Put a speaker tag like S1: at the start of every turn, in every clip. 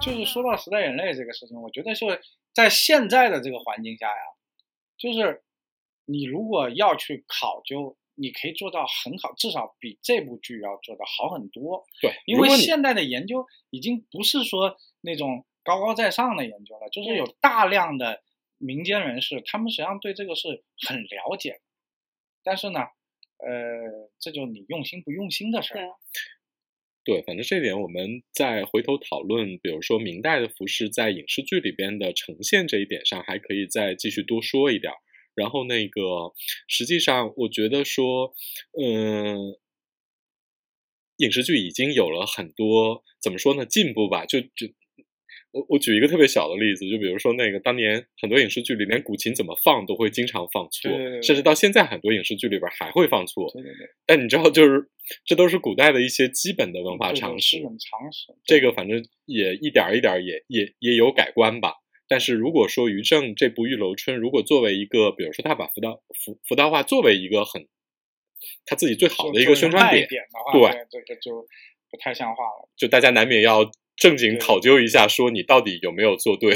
S1: 就是说到时代人类这个事情，我觉得就是在现在的这个环境下呀，就是你如果要去考究，你可以做到很好，至少比这部剧要做的好很多。
S2: 对，
S1: 因
S2: 如
S1: 为
S2: 果你
S1: 现在的研究已经不是说那种高高在上的研究了，就是有大量的民间人士，他们实际上对这个是很了解的。但是呢，呃，这就你用心不用心的事儿。
S3: 对
S2: 啊对，反正这点我们再回头讨论，比如说明代的服饰在影视剧里边的呈现这一点上，还可以再继续多说一点儿。然后那个，实际上我觉得说，嗯、影视剧已经有了很多怎么说呢进步吧，就就。我我举一个特别小的例子，就比如说那个当年很多影视剧里连古琴怎么放都会经常放错，
S1: 对对对
S2: 甚至到现在很多影视剧里边还会放错。
S1: 对对对，
S2: 但你知道，就是这都是古代的一些基本的文化
S1: 这
S2: 常
S1: 个
S2: 识
S1: 基。本常识。
S2: 这个反正也一点儿一点儿也也也有改观吧。但是如果说于正这部《玉楼春》，如果作为一个，比如说他把福道福福道化作为一个很他自己最好的一个宣传
S1: 点
S2: 点，
S1: 的话，
S2: 对
S1: 这个就不太像话了。
S2: 就大家难免要正经
S1: 对
S2: 考究一下，说你到底有没有做对。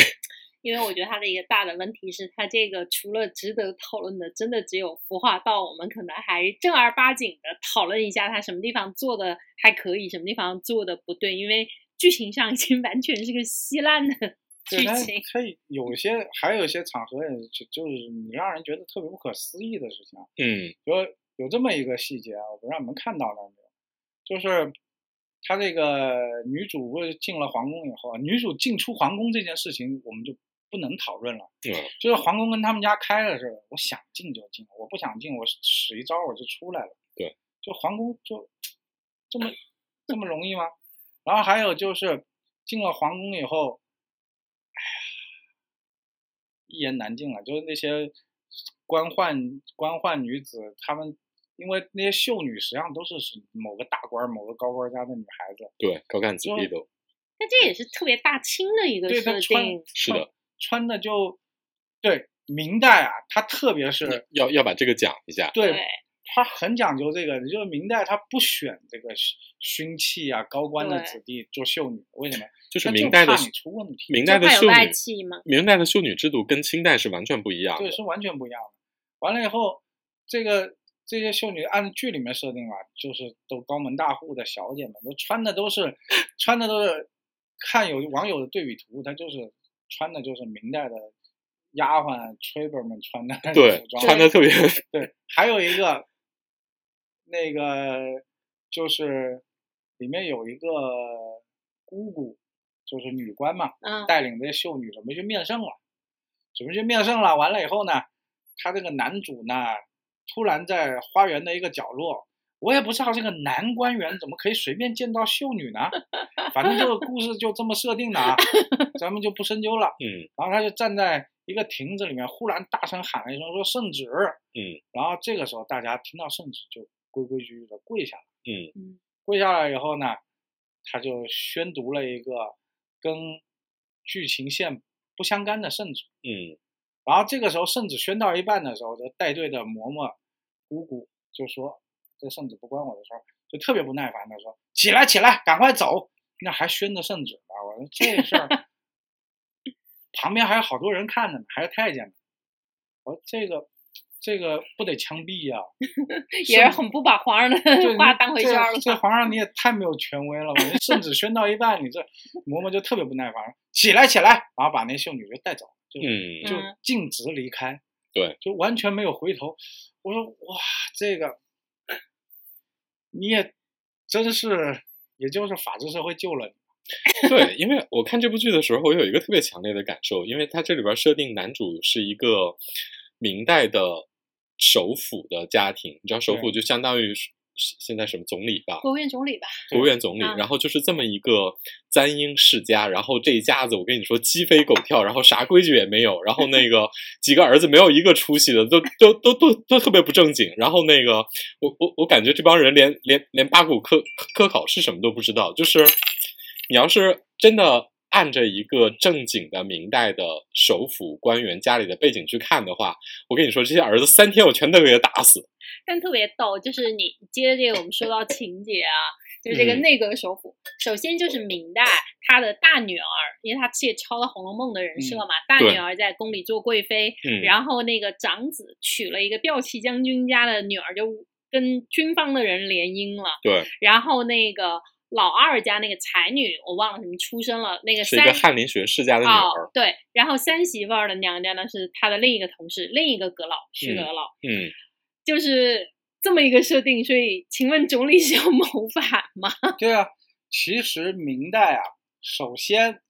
S3: 因为我觉得它的一个大的问题是，它这个除了值得讨论的，真的只有孵化到我们可能还正儿八经的讨论一下它什么地方做的还可以，什么地方做的不对，因为剧情上已经完全是个稀烂的
S1: 对，
S3: 剧
S1: 它
S3: 情。
S1: 它有些还有一些场合也就就是你让人觉得特别不可思议的事情啊，
S2: 嗯
S1: 有有这么一个细节啊，我不知道你们看到了没有，就是她这个女主不是进了皇宫以后啊，女主进出皇宫这件事情我们就不能讨论了，
S2: 嗯，
S1: 就是皇宫跟他们家开了似的，我想进就进，我不想进我使一招我就出来了。
S2: 对，
S1: 就皇宫就这么这么容易吗？然后还有就是进了皇宫以后，哎呀，一言难尽了。就是那些官宦官宦女子，她们因为那些秀女实际上都是是某个大官儿、某个高官家的女孩子，
S2: 对，高干子弟
S1: 就
S2: 都
S3: 但这也是特别大清的一个
S1: 对她
S3: 设
S1: 穿
S3: 定，
S2: 是的，
S1: 穿的就对明代啊，它特别是。
S2: 要要把这个讲一下。
S1: 对，他很讲究这个，就是明代他不选这个勋勋戚啊、高官的
S3: 对
S1: 子弟做秀女，为什么？
S2: 就是
S1: 他
S2: 明
S1: 就
S2: 代的
S1: 怕你出问题
S2: 明
S3: 就
S2: 代的
S3: 怕
S2: 秀
S3: 有外
S2: 女，
S3: 戚嘛。
S2: 明代的秀女制度跟清代是完全不一样的
S1: 对，。是完全不一样的。完了以后，这个这些秀女按剧里面设定啊，就是都高门大户的小姐们，都穿的都是穿的都是，看有网友的对比图，她就是穿的就是明代的丫鬟、啊炊 r 们穿的
S2: 对
S1: 服，装，
S2: 穿的特别
S1: 对，还有一个，那个就是里面有一个姑姑，就是女官嘛，
S3: 嗯，
S1: 带领这些秀女准备去面圣了，准备去面圣了。完了以后呢，他这个男主呢，突然在花园的一个角落，我也不知道这个男官员怎么可以随便见到秀女呢？反正这个故事就这么设定的啊，咱们就不深究了。
S2: 嗯
S1: 然后他就站在一个亭子里面，忽然大声喊了一声说“圣旨”。
S2: 嗯
S1: 然后这个时候大家听到圣旨就规规矩矩的跪下了。
S2: 嗯
S3: 嗯
S1: 跪下来以后呢，他就宣读了一个跟剧情线不相干的圣旨。
S2: 嗯
S1: 然后这个时候圣旨宣到一半的时候，这带队的嬷嬷姑姑就说：“这圣旨不关我的事儿。”就特别不耐烦的说：“起来，起来，赶快走！那还宣着圣旨呢。”我说这事儿，旁边还有好多人看着呢，还有太监呢。我说这个，这个不得枪毙呀、
S3: 也是很不把皇上的
S1: 你
S3: 话当回事儿了
S1: 这。这皇上你也太没有权威了吧！你圣旨宣到一半，你这嬷嬷就特别不耐烦，起来起来，然后把那秀女就带走，就、
S2: 嗯，
S1: 就
S3: 嗯
S1: 径直离开。
S2: 对，
S1: 就完全没有回头。我说哇，这个你也真是，也就是法治社会救了你。
S2: 对，因为我看这部剧的时候，我有一个特别强烈的感受，因为它这里边设定男主是一个明代的首辅的家庭，你知道首辅就相当于是现在什么总理吧，
S3: 国务院总理吧，
S2: 国务院总理，
S3: 啊
S2: 然后就是这么一个簪缨世家，然后这一家子我跟你说鸡飞狗跳，然后啥规矩也没有，然后那个 几个儿子没有一个出息的，都都都都都特别不正经，然后那个我我我感觉这帮人连连连八股科科考是什么都不知道，就是你要是真的。按着一个正经的明代的首辅官员家里的背景去看的话，我跟你说，这些儿子三天我全都给他打死。
S3: 但特别逗，就是你接着这个，我们说到情节啊，就是这个
S2: 嗯
S3: 内阁首辅。首先就是明代他的大女儿，因为他也抄了《红楼梦》的人设嘛，大
S2: 嗯对
S3: 女儿在宫里做贵妃，
S2: 嗯，
S3: 然后那个长子娶了一个骠骑将军家的女儿，就跟军方的人联姻了。
S2: 对，
S3: 然后那个老二家那个才女，我忘了什么出身了，那个
S2: 是
S3: 三
S2: 一个翰林学世家的女
S3: 哦
S2: 儿，，
S3: 对，然后三媳妇儿的娘家呢是她的另一个同事，另一个阁老是阁老，
S2: 嗯，
S3: 就是这么一个设定。所以，请问总理是有谋反吗？
S1: 对啊，其实明代啊，首先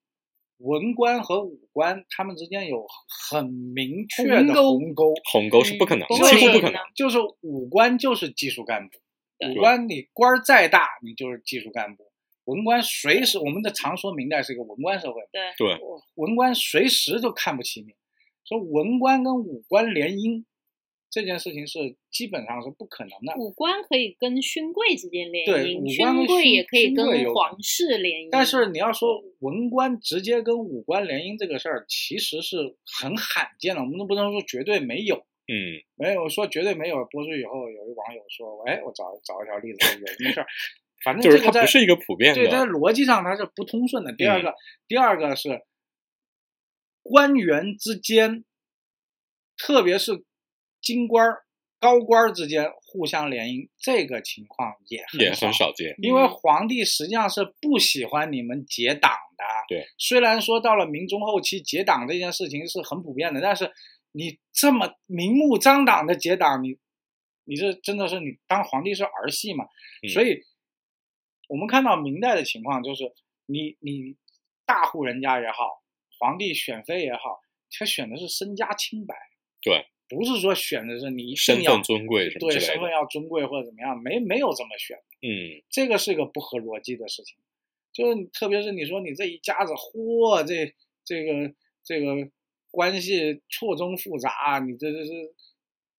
S1: 文官和武官他们之间有很明确
S3: 鸿
S1: 的
S3: 沟
S1: 鸿沟，
S2: 鸿沟是不可能的，
S3: 嗯
S2: 几
S1: 不
S2: 乎不
S1: 可
S2: 可能。
S1: 就是武官就是技术干部，
S3: 对
S1: 武官你官儿再大，你就是技术干部。文官随时，我们的常说明代是一个文官社会，
S3: 对
S2: 对，
S1: 文官随时就看不起你，说文官跟武官联姻这件事情是基本上是不可能的。
S3: 武官可以跟勋贵之间联
S1: 对
S3: 姻，
S1: 武官
S3: 勋
S1: 跟
S3: 贵
S1: 勋
S3: 也可以
S1: 勋贵有
S3: 跟皇室联姻，
S1: 但是你要说文官直接跟武官联姻这个事儿，其实是很罕见的，我们都不能说绝对没有。
S2: 嗯，
S1: 没有说绝对没有。播出以后，有一网友说：“哎，我找找一条例子，有这么事儿。”反正
S2: 就
S1: 这
S2: 是
S1: 个
S2: 它
S1: 在
S2: 不是一个普遍
S1: 对，在
S2: 的，嗯
S1: 逻辑上它是不通顺的。第二个，第二个是官员之间，特别是京官儿、高官儿之间互相联姻，这个情况也很
S2: 也
S1: 少
S2: 很少见。
S1: 因为
S3: 嗯
S1: 皇帝实际上是不喜欢你们结党的。
S2: 对，
S1: 虽然说到了明中后期结党这件事情是很普遍的，但是你这么明目张胆的结党，你你这真的是你当皇帝是儿戏嘛？
S2: 嗯
S1: 所以我们看到明代的情况就是，你你大户人家也好，皇帝选妃也好，他选的是身家清白。
S2: 对。
S1: 不是说选的是你一定
S2: 身
S1: 要
S2: 份尊贵什么
S1: 对
S2: 之类
S1: 身份
S2: 的，
S1: 要尊贵或者怎么样，没没有这么选。
S2: 嗯，
S1: 这个是一个不合逻辑的事情。就是你特别是你说你这一家子，嚯，这这个这个关系错综复杂，啊你这这是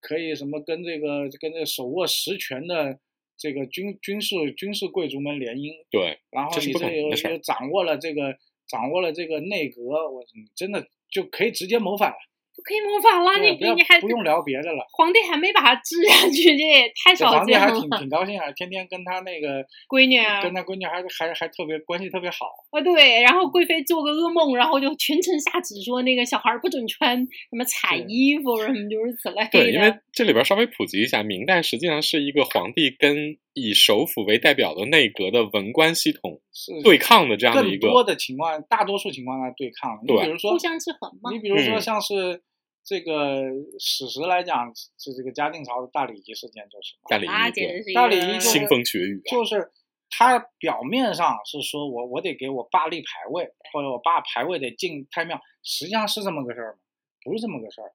S1: 可以什么跟这个跟这手握实权的这个军军事军事贵族们联姻，
S2: 对，
S1: 然后
S2: 这是
S1: 你
S2: 不可
S1: 这
S2: 能的
S1: 又
S2: 事儿
S1: 又掌握了这个掌握了这个内阁，我你真的就可以直接谋反了，
S3: 就可以谋反了。
S1: 对
S3: 你
S1: 不要
S3: 你还
S1: 不用聊别的了。
S3: 皇帝还没把他治下去，这也太
S1: 这
S3: 少
S1: 皇帝
S3: 见
S1: 还
S3: 了
S1: 挺。挺高兴啊，天天跟他那个
S3: 闺女啊
S1: 跟他闺女还还还特别关系特别好。
S3: 啊，对，然后贵妃做个噩梦，然后就全城下旨说那个小孩儿不准穿什么彩
S1: 对
S3: 衣服什么诸如此类的。
S2: 对，因为这里边稍微普及一下，明代实际上是一个皇帝跟以首辅为代表的内阁的文官系统
S1: 是
S2: 对抗的这样的一
S1: 更多
S2: 个，
S1: 的情况，大多数情况下对抗。你
S2: 对
S1: 比如说
S3: 互，相制衡嘛
S1: 你。比如说
S2: 嗯
S1: 像是这个史实来讲，是这个嘉靖朝的大礼仪事件，就是嘛
S2: 大礼
S3: 啊，
S2: 仪
S3: 简
S2: 对，
S3: 直是一
S1: 大礼
S3: 个
S1: 仪就
S2: 腥风血雨啊，
S1: 就是他表面上是说我我得给我爸立牌位，或者我爸牌位得进太庙，实际上是这么个事儿吗？不是这么个事儿，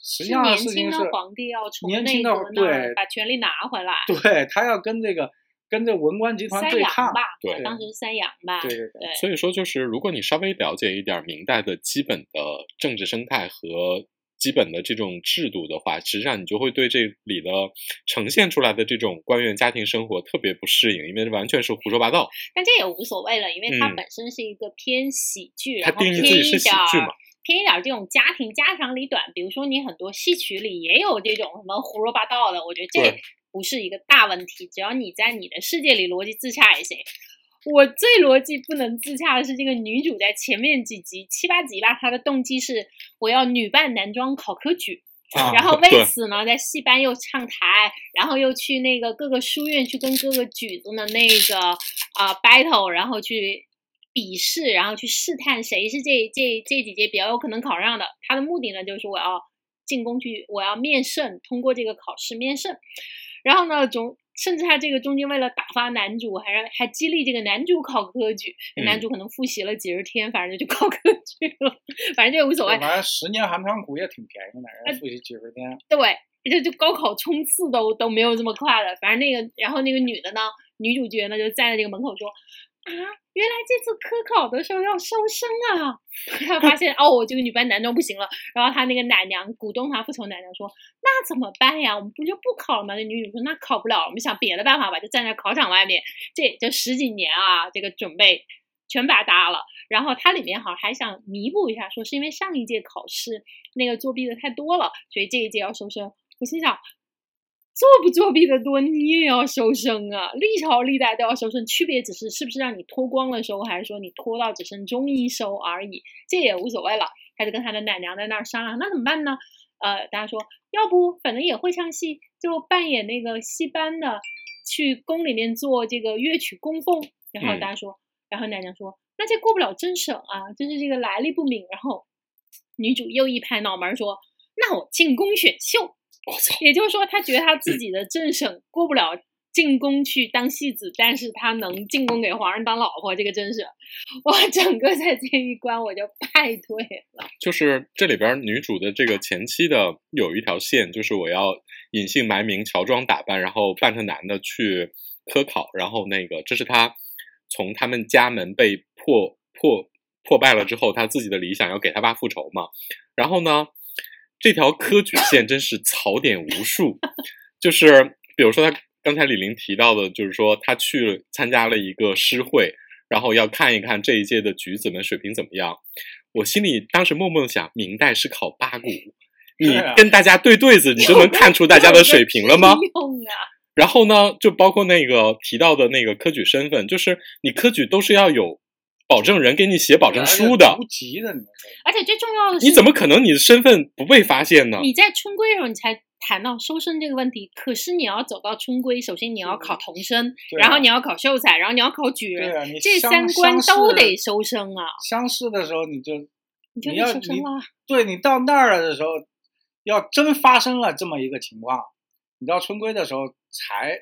S1: 实际
S3: 是
S1: 上
S3: 年
S1: 事
S3: 轻
S1: 情是
S3: 的皇帝要从
S1: 年
S3: 内
S1: 轻的
S3: 阁那儿
S1: 对
S3: 把权力拿回来，
S1: 对他要跟这个跟这文官集团
S3: 三
S1: 对
S3: 羊
S1: 抗。
S3: 吧，
S2: 对
S3: 当时是三羊吧，
S1: 对对对
S3: 对
S2: 所以说，就是如果你稍微了解一点儿明代的基本的政治生态和基本的这种制度的话，实际上你就会对这里的呈现出来的这种官员家庭生活特别不适应，因为完全是胡说八道。
S3: 但这也无所谓了，因为它
S2: 嗯
S3: 本身是一个偏喜剧，
S2: 它
S3: 然后
S2: 定
S3: 偏
S2: 义自
S3: 一
S2: 己
S3: 点
S2: 是喜剧嘛
S3: 儿，偏一点儿这种家庭家长里短，比如说你很多戏曲里也有这种什么胡说八道的，我觉得这
S2: 对
S3: 不是一个大问题，只要你在你的世界里逻辑自洽也行。我最逻辑不能自洽的是，这个女主在前面几集七八集吧，她的动机是我要女扮男装考科举，
S1: 啊
S3: 然后
S2: 对
S3: 为此呢，在戏班又唱台，然后又去那个各个书院去跟各个举子们那个啊、battle，然后去比试，然后去试探谁是这这这几节比较有可能考上的。他的目的呢，就是我要进宫去，我要面圣，通过这个考试面圣。然后呢，总甚至他这个中间为了打发男主，还让还激励这个男主考科举，男
S2: 嗯
S3: 主可能复习了几十天，反正就去考科举了，反正这也无所谓
S1: 对。反正十年寒窗苦也挺便宜的，人
S3: 哎
S1: 家复习几十天。
S3: 对，而且就高考冲刺都都没有这么快了。反正那个，然后那个女的呢，女主角呢就站在这个门口说：“啊，原来这次科考的时候要烧身啊！”她发现哦，我这个女扮男装不行了。然后她那个奶娘鼓动她复仇奶娘说：“那怎么办呀？我们不就不考了吗？”那女主说：“那考不了，我们想别的办法吧。”就站在考场外面，这这十几年啊，这个准备全白搭了。然后它里面好像还想弥补一下，说是因为上一届考试那个作弊的太多了，所以这一届要收身。我心想，作不作弊的多，你也要修身啊！历朝历代都要修身，区别只是是不是让你脱光了收，还是说你脱到只剩中衣收而已，这也无所谓了。孩子跟他的奶娘在那儿商量，那怎么办呢？呃，大家说，要不反正也会唱戏，就扮演那个戏班的，去宫里面做这个乐曲供奉。然后大家说，然后奶娘说，那这过不了真审啊，真是这个来历不明。然后女主又一拍脑门儿说，那我进宫选秀。
S2: 我操，
S3: 也就是说，他觉得他自己的政审过不了进宫去当戏子，但是他能进宫给皇上当老婆，这个真是，哇，整个在这一关我就败退了。
S2: 就是这里边女主的这个前期的有一条线，就是我要隐姓埋名、乔装打扮，然后扮成男的去科考，然后那个这是她从他们家门被破破破败了之后，她自己的理想要给她爸复仇嘛。然后呢，这条科举线真是槽点无数，就是比如说她刚才李玲提到的，就是说她去参加了一个诗会，然后要看一看这一届的举子们水平怎么样。我心里当时默默想，明代是考 八股，你
S1: 对啊
S2: 跟大家对对子，你就能看出大家的水平 了吗？
S3: 用啊，
S2: 然后呢，就包括那个提到的那个科举身份，就是你科举都是要有保证人给你写保证书的
S1: 无，极的，你们这
S3: 而且最重要的是，
S2: 你怎么可能你的身份不被发现呢？
S3: 你在春闺的时候你才谈到收生这个问题，可是你要走到春闺，首先你要考童生，
S1: 对啊
S3: 然后你要考秀才，然后你要考举人，
S1: 对啊，你
S3: 这
S1: 相
S3: 三关都得。
S1: 相
S3: 收生啊，
S1: 似相似的时候你就
S3: 你就
S1: 你
S3: 得
S1: 要
S3: 收生
S1: 你
S3: 了。
S1: 对你到那儿了的时候，要真发生了这么一个情况，你到春归的时候才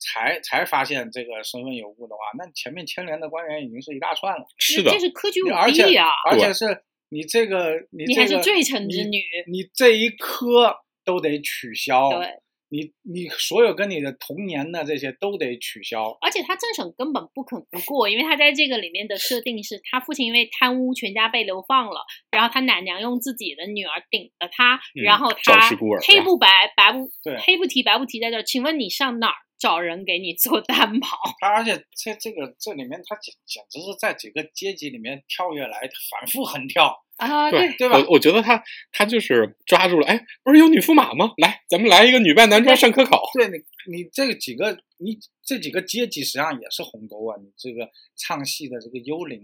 S1: 才才发现这个身份有误的话，那前面牵连的官员已经是一大串了，
S2: 是
S3: 这
S2: 的
S3: 这，是科举舞
S1: 而
S3: 弊
S1: 且
S3: 啊！
S1: 而且是你这个你
S3: 你
S1: 这
S3: 还是
S1: 个
S3: 罪臣之
S1: 你
S3: 女，
S1: 你这一科都得取消，
S3: 对。
S1: 你你所有跟你的童年的这些都得取消，
S3: 而且他政审根本不可能过，因为他在这个里面的设定是，他父亲因为贪污，全家被流放了，然后他奶娘用自己的女儿顶了他，
S2: 嗯
S3: 然后
S2: 赵
S3: 他
S2: 氏孤儿
S3: 黑不白，白不
S1: 对
S3: 黑不提白不提在这儿，请问你上哪儿找人给你做担保？
S1: 他而且这这个这里面他简简直是在几个阶级里面跳跃来反复横跳，
S3: 啊，
S2: 对
S1: 对吧
S2: 我我觉得他他就是抓住了，哎，不是有女驸马吗？来，咱们来一个女扮男装上科考。
S1: 对你你这几个你这几个阶级实际上也是鸿沟啊，你这个唱戏的这个幽灵，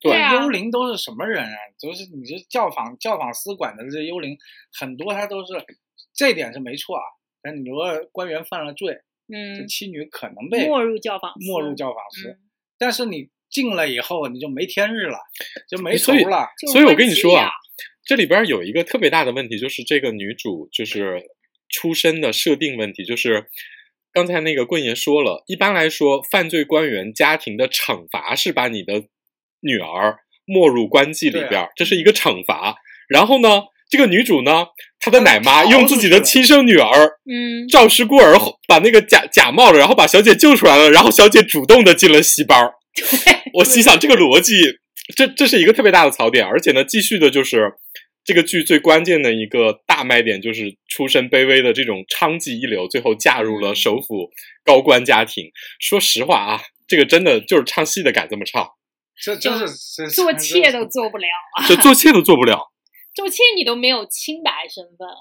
S3: 对
S1: 这
S3: 啊
S1: 幽灵都是什么人啊？就是你这教坊教坊司管的这些幽灵，很多他都是这点是没错啊，但你如果官员犯了罪，这
S3: 嗯，
S1: 妻女可能被
S3: 没入教坊司，
S1: 没入教坊司。
S3: 嗯，
S1: 但是你进了以后，你就没天日了，就没头
S2: 哎所以
S1: 了。
S3: 就
S2: 所以我跟你说
S3: 问
S2: 啊
S3: 题，
S2: 这里边有一个特别大的问题，就是这个女主就是出身的设定问题，就是刚才那个棍爷说了，一般来说，犯罪官员家庭的惩罚是把你的女儿没入官妓里
S1: 对啊
S2: 边，这是一个惩罚。然后呢，这个女主呢，她的奶妈
S1: 逃
S2: 用
S1: 出
S2: 自己
S1: 去
S2: 的
S1: 了
S2: 亲生女儿
S3: 嗯，
S2: 赵氏孤儿把那个假假冒了，然后把小姐救出来了，然后小姐主动的进了戏班儿。 我心想这个逻辑，这这是一个特别大的槽点，而且呢，继续的就是这个剧最关键的一个大卖点，就是出身卑微的这种娼妓一流，最后嫁入
S1: 嗯
S2: 了首府高官家庭。说实话啊，这个真的就是唱戏的敢这么唱，
S1: 这
S3: 就
S1: 这是是
S3: 做妾都
S1: 的，
S3: 做不了，
S1: 啊
S2: 这做妾都做不了。
S3: 做妾你都没有清白身份啊，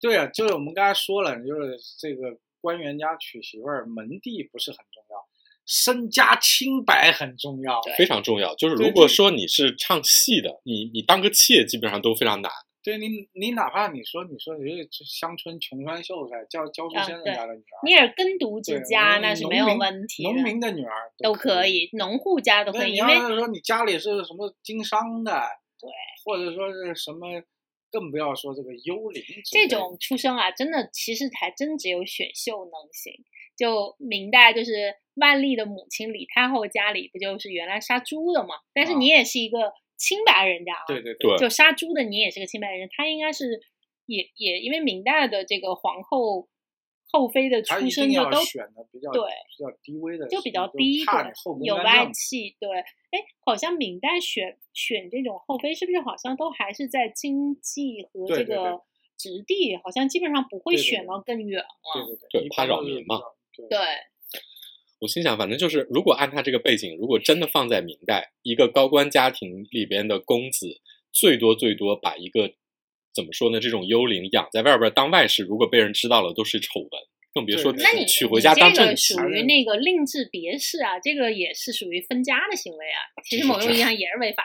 S1: 对啊，就是我们刚才说了，就是这个官员家娶媳妇儿，门第不是很重要，身家清白很重要。
S3: 对
S2: 非常重要，就 是
S1: 对
S2: 如果
S1: 对
S2: 说你是唱戏的，你你当个妾基本上都非常难。
S1: 对你，你哪怕你说你说你这乡村穷酸秀才，教教书
S3: 啊
S1: 先生
S3: 对
S1: 家的女儿，
S3: 你也是跟读之
S1: 对
S3: 家，
S1: 我们
S3: 那是
S1: 农
S3: 没有
S1: 民
S3: 问题的，
S1: 农民的女儿
S3: 都
S1: 可
S3: 可。以，农户家都可
S1: 那
S3: 以，
S1: 你
S3: 因
S1: 要
S3: 为
S1: 是说你家里是什么经商的，
S3: 对，
S1: 或者说是什么，更不要说这个幽灵之类
S3: 这
S1: 的
S3: 种出生啊，真的其实还真只有选秀能行。就明代就是万历的母亲李太后家里不就是原来杀猪的嘛？但是
S1: 啊
S3: 你也是一个清白人家啊，
S1: 对对
S2: 对
S3: 就杀猪的你也是个清白人，他应该是也也因为明代的这个皇后后妃的
S1: 他
S3: 出
S1: 一
S3: 身
S1: 定
S3: 就
S1: 要
S3: 都
S1: 选的比较
S3: 对
S1: 比较低微的，
S3: 就比较低一
S1: 怕你
S3: 点
S1: 后，宫
S3: 有
S1: 干
S3: 外
S1: 政
S3: 戚。对，哎，好像明代选选这种后妃，是不是好像都还是在经济和
S1: 对
S3: 这
S1: 对对
S3: 个质地，好像基本上不会
S1: 对对
S3: 选
S1: 对
S3: 到更远
S1: 对
S3: 了。
S1: 对
S2: 对
S1: 一
S2: 怕
S1: 般
S2: 扰
S1: 都是
S2: 民
S1: 比
S2: 嘛
S1: 较。
S3: 对
S1: 对，
S2: 我心想，反正就是，如果按他这个背景，如果真的放在明代，一个高官家庭里边的公子，最多最多把一个怎么说呢，这种幽灵养在外边当外室，如果被人知道了，都是丑闻。更别说
S1: 对
S2: 娶
S3: 那你
S2: 娶回家当
S3: 你这
S2: 正
S3: 个
S2: 妻
S3: 属。于那个另置别室啊，这个也是属于分家的行为啊。其实某种意义上也是违法，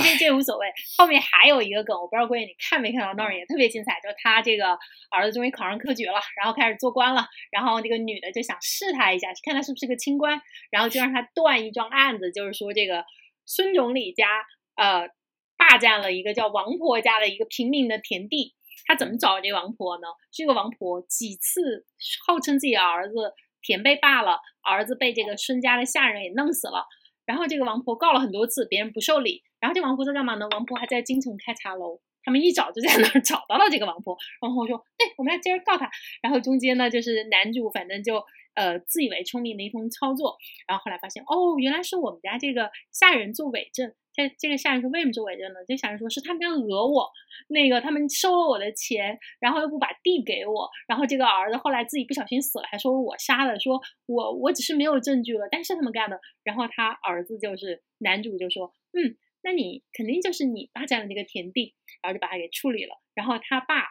S2: 哎，
S3: 这这无所谓。后面还有一个梗，我不知道闺女你看没看到那儿也特别精彩，就是他这个儿子终于考上科举了，然后开始做官了，然后这个女的就想试他一下，看他是不是个清官，然后就让他断一桩案子，就是说这个孙总理家呃霸占了一个叫王婆家的一个平民的田地，他怎么找这王婆呢？这个王婆几次号称自己的儿子田被霸了，儿子被这个孙家的下人给弄死了，然后这个王婆告了很多次，别人不受理。然后这王婆在干嘛呢？王婆还在京城开茶楼。他们一找就在那儿找到了这个王婆，王婆说：“对，我们要接着告他。”然后中间呢，就是男主反正就呃自以为聪明的一通操作，然后后来发现哦，原来是我们家这个下人做伪证。这这个下人说为什么做伪证呢？这下人说是他们家讹我，那个他们收了我的钱，然后又不把地给我，然后这个儿子后来自己不小心死了，还说我杀的，说我我只是没有证据了，但是他们干的。然后他儿子就是男主就说，嗯，那你肯定就是你霸占了这个田地，然后就把他给处理了。然后他爸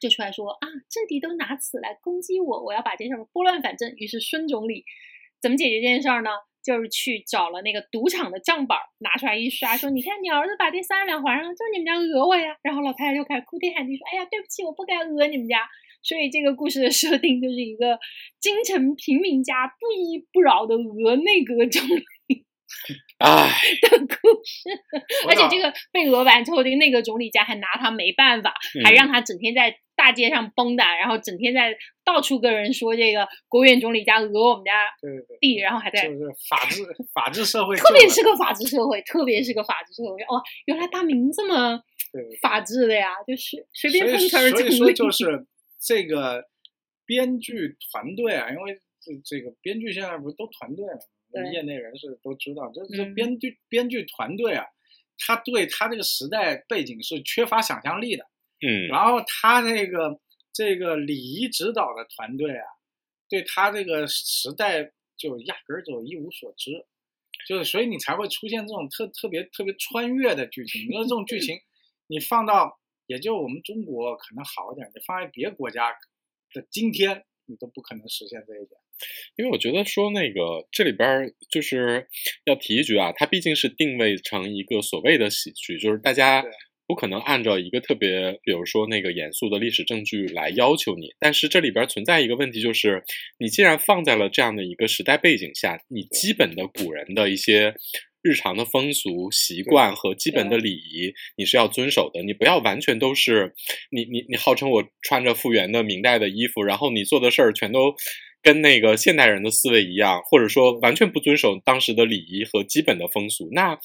S3: 就出来说啊，政敌都拿此来攻击我，我要把这事儿拨乱反正。于是孙总理怎么解决这件事儿呢？就是去找了那个赌场的账本儿，拿出来一刷，说：“你看，你儿子把这三十两还上了，就是你们家讹我呀。”然后老太太就开始哭天喊地说：“哎呀，对不起，我不该讹你们家。”所以这个故事的设定就是一个京城平民家不依不饶的讹内阁总理
S2: 哎，
S3: 的故事。而且这
S1: 个
S3: 个被讹完之后，这个内阁总理家还拿他没办法，还
S2: 嗯
S3: 让他整天在大街上蹦跶，然后整天在到处跟人说这个国务院总理家讹我们家
S1: 对对
S3: 地，然后还
S1: 对，
S3: 在
S1: 就。是法治法治社会救了，
S3: 特别是个法治社会，特别是个法治社会。哦，原来大明这么
S1: 对对
S3: 法治的呀，就是随便
S1: 所
S3: 碰
S1: 以
S3: 瓷
S1: 所以
S3: 儿总
S1: 说
S3: 理。
S1: 就是这个编剧团队啊，因为这这个编剧现在不是都团队嘛，
S3: 对
S1: 业内人士都知道，就是这
S3: 嗯
S1: 编剧、编剧团队啊，他对他这个时代背景是缺乏想象力的，
S2: 嗯，
S1: 然后他那个这个礼仪指导的团队啊，对他这个时代就压根儿就一无所知，就是所以你才会出现这种特特别特别穿越的剧情。你说这种剧情，你放到也就我们中国可能好一点，你放在别的国家的今天，你都不可能实现这一点。
S2: 因为我觉得说那个这里边儿就是要提一句啊，它毕竟是定位成一个所谓的喜剧，就是大家
S1: 对
S2: 不可能按照一个特别，比如说那个严肃的历史证据来要求你。但是这里边儿存在一个问题，就是你既然放在了这样的一个时代背景下，你基本的古人的一些。日常的风俗习惯和基本的礼仪，你是要遵守的。你不要完全都是你你你号称我穿着复原的明代的衣服，然后你做的事儿全都跟那个现代人的思维一样，或者说完全不遵守当时的礼仪和基本的风俗，那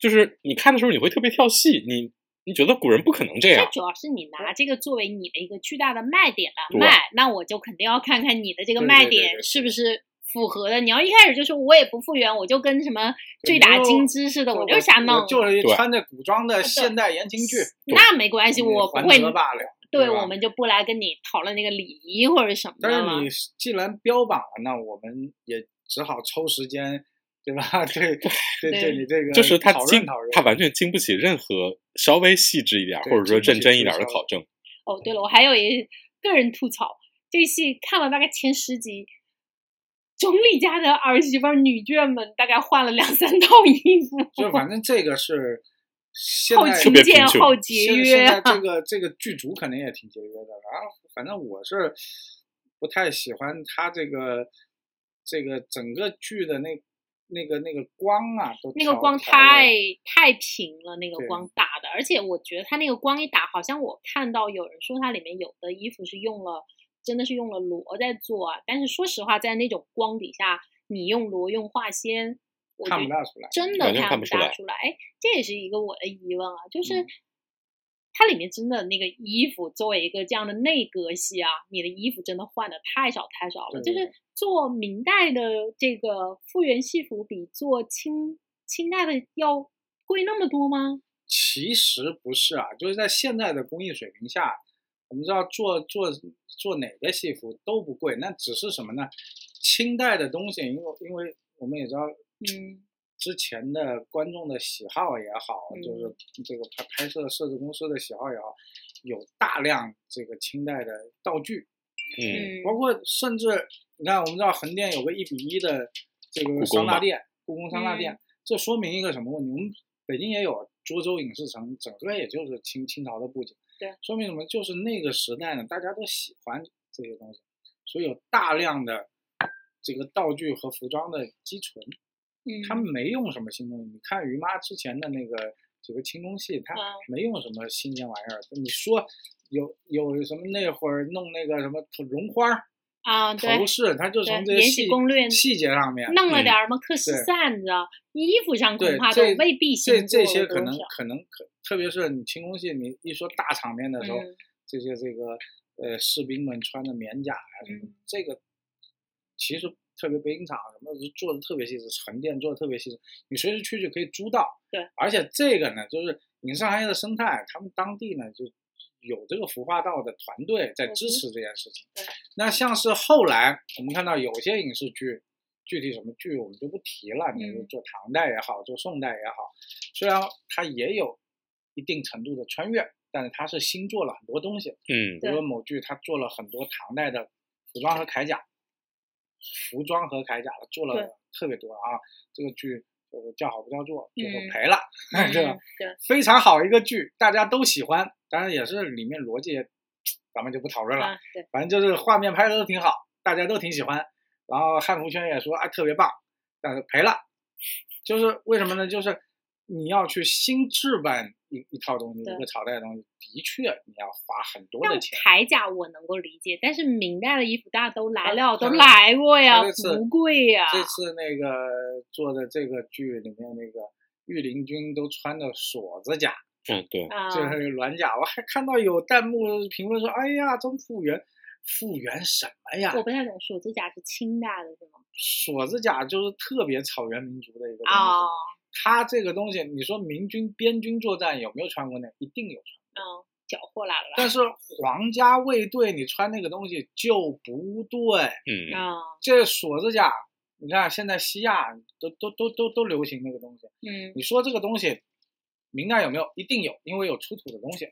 S2: 就是你看的时候你会特别跳戏，你你觉得古人不可能这
S3: 这
S1: 啊
S2: 样，
S3: 主要是你拿这个作为你的一个巨大的卖点来
S2: 对
S3: 卖，那我就肯定要看看你的这
S1: 啊
S3: 个
S1: 对对对
S3: 卖
S1: 对
S3: 点
S1: 对
S3: 是不是符合的。你要一开始就说我也不复原，我就跟什么
S1: 对
S3: 醉
S1: 你
S3: 打
S1: 就
S3: 金枝似的，我
S1: 我
S3: 就瞎弄，
S1: 就是
S2: 对
S1: 穿着古装的现代言情剧，
S3: 那没关系，
S1: 你
S3: 我
S1: 还
S3: 不会
S1: 则罢了。
S3: 对，
S1: 对吧
S3: 我们就不来跟你讨论那个礼仪或者什么的
S1: 但
S3: 了
S1: 是。你既然标榜了，那我们也只好抽时间， 对吧？对对
S3: 对
S1: 对，你这个
S2: 就是他
S1: 讨
S2: 经
S1: 论讨论，
S2: 他完全经不起任何稍微细致一点儿
S1: 对
S2: 或者说
S1: 经不
S2: 认
S1: 起
S2: 真一点
S1: 推
S2: 儿的
S1: 敲
S2: 考证。
S3: 哦，对了，我还有一个人吐槽，这戏看了大概前十集，总理家的儿媳妇儿女眷们大概换了两三套衣服，
S1: 就反正这个是现
S3: 后
S1: 在
S2: 特
S3: 勤
S2: 别
S3: 俭
S2: 贫
S3: 后
S2: 穷
S3: 节
S1: 现
S3: 约
S1: 现在
S3: 啊
S1: 这个这个剧组肯定也挺节约的，然后反正我是不太喜欢他这个这个整个剧的那那个那个光啊，都
S3: 那个
S1: 调
S3: 光
S1: 调得
S3: 太太平了，那个
S1: 对
S3: 光打的，而且我觉得它那个光一打，好像我看到有人说它里面有的衣服是用了，真的是用了罗在做啊。但是说实话，在那种光底下，你用罗用化纤，我觉
S1: 看
S3: 得
S1: 不大出来，
S3: 真的
S2: 完全
S3: 看
S2: 看
S3: 不
S2: 不出
S3: 大
S2: 来
S3: 出来。哎，这也是一个我的疑问啊，就是
S1: 嗯
S3: 它里面真的那个衣服，作为一个这样的内阁系啊，你的衣服真的换的太少太少了。
S1: 对
S3: 就
S1: 对
S3: 是做明代的这个复原戏服，比做清清代的要贵那么多吗？
S1: 其实不是啊，就是在现在的工艺水平下，我们知道做做做哪个戏服都不贵，那只是什么呢？清代的东西，因为因为我们也知道
S3: 嗯，
S1: 之前的观众的喜好也好，
S3: 嗯
S1: 就是这个拍拍摄设置公司的喜好也好，有大量这个清代的道具，
S2: 嗯
S3: 嗯
S1: 包括甚至你看，我们知道横店有个一比一的这
S2: 故
S1: 个
S2: 宫
S1: 桑
S2: 吧
S1: 拿店，故宫桑拿
S3: 嗯
S1: 店，这说明一个什么问题？我们北京也有涿州影视城，整个也就是清清朝的布景，
S3: 对，
S1: 说明什么？就是那个时代呢，大家都喜欢这些东西，所以有大量的这个道具和服装的积存，
S3: 嗯，
S1: 他们没用什么新东西。你看于妈之前的那个几个清宫戏，她
S3: 啊
S1: 没用什么新鲜玩意儿。你说有有什么那会儿弄那个什么绒花儿？
S3: 啊，对
S1: 头，饰，它就
S3: 对
S1: 从这
S3: 延
S1: 些
S3: 禧
S1: 细
S3: 攻略
S1: 细节上面，
S3: 弄了
S2: 嗯
S3: 点儿什么克什
S1: 啊对
S3: 扇子啊，衣服上恐
S1: 对
S3: 怕都
S1: 这
S3: 未必
S1: 这
S3: 新
S1: 这
S3: 做
S1: 些
S3: 了
S1: 可
S3: 多
S1: 能
S3: 少
S1: 可能可，特别是你清宫戏，你一说大场面的时候，
S3: 嗯
S1: 这些这个呃士兵们穿的棉甲呀、什么，
S3: 嗯
S1: 这个其实特别北影厂什么做的特别细致，横店做的特别细致，你随时去就可以租到。
S3: 对，
S1: 而且这个呢，就是影视行业的生态，他们当地呢就有这个服化道的团队在
S3: 嗯
S1: 支持这件事情。
S3: 对
S1: 那像是后来我们看到有些影视剧。具体什么剧我们就不提了，你就
S3: 嗯
S1: 做唐代也好，做宋代也好，虽然它也有一定程度的穿越，但是它是新做了很多东西，
S2: 嗯
S1: 比如
S3: 对
S1: 说某剧，他做了很多唐代的服装和铠甲，服装和铠甲的做
S3: 对
S1: 了特别多啊。这个剧就是叫好不叫座，就是
S3: 嗯
S1: 赔了，对吧
S3: 嗯？对，
S1: 非常好一个剧，大家都喜欢。当然也是里面逻辑也，咱们就不讨论了。
S3: 啊，对，
S1: 反正就是画面拍的都挺好，大家都挺喜欢。然后汉服圈也说啊特别棒，但是赔了。就是为什么呢？就是你要去新置办一一套东西，
S3: 对
S1: 一个朝代的东西，的确你要花很多
S3: 像
S1: 的钱。
S3: 铠甲我能够理解，但是明代的衣服大家都来
S1: 他
S3: 了，
S1: 呃他
S3: 都
S1: 这
S3: 来过呀，
S1: 他这次
S3: 不贵呀，
S1: 这次那个做的这个剧里面那个御林军都穿的锁子甲，
S2: 嗯，对，
S3: 啊，
S1: 就是软甲。我还看到有弹幕评论说：“哎呀，真复原，复原什么呀
S3: 我？不太懂，锁子甲是清代的是吗？
S1: 锁子甲就是特别草原民族的一个东西。
S3: 啊，
S1: 他这个东西，你说明军边军作战有没有穿过呢？一定有穿。
S3: 嗯，缴获来了
S1: 但是皇家卫队你穿那个东西就不对。
S2: 嗯
S3: 啊，
S1: 这锁子甲，你看现在西亚都都都都都流行那个东西。”
S3: 嗯，
S1: 你说这个东西，明代有没有？一定有，因为有出土的东西。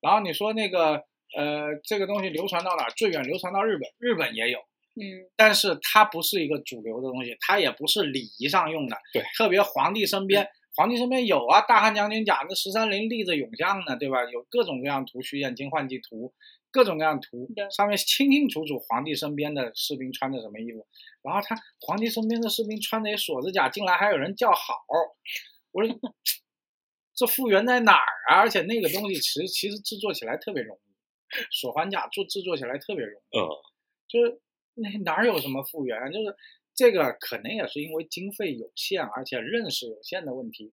S1: 然后你说那个，呃，这个东西流传到哪儿？最远流传到日本，日本也有，
S3: 嗯，
S1: 但是它不是一个主流的东西，它也不是礼仪上用的。
S2: 对，
S1: 特别皇帝身边，皇帝身边有啊，大汉将军甲，那十三陵立着永像呢，对吧？有各种各样的图，徐眼睛换季图，各种各样的图
S3: 对，
S1: 上面清清楚楚皇帝身边的士兵穿的什么衣服，然后他皇帝身边的士兵穿着一锁子甲进来，还有人叫好，我说这复原在哪儿啊？而且那个东西其实其实制作起来特别容易，锁环甲做制作起来特别容易，
S2: 嗯
S1: 就是那哪儿有什么复原啊，就是这个可能也是因为经费有限，而且认识有限的问题，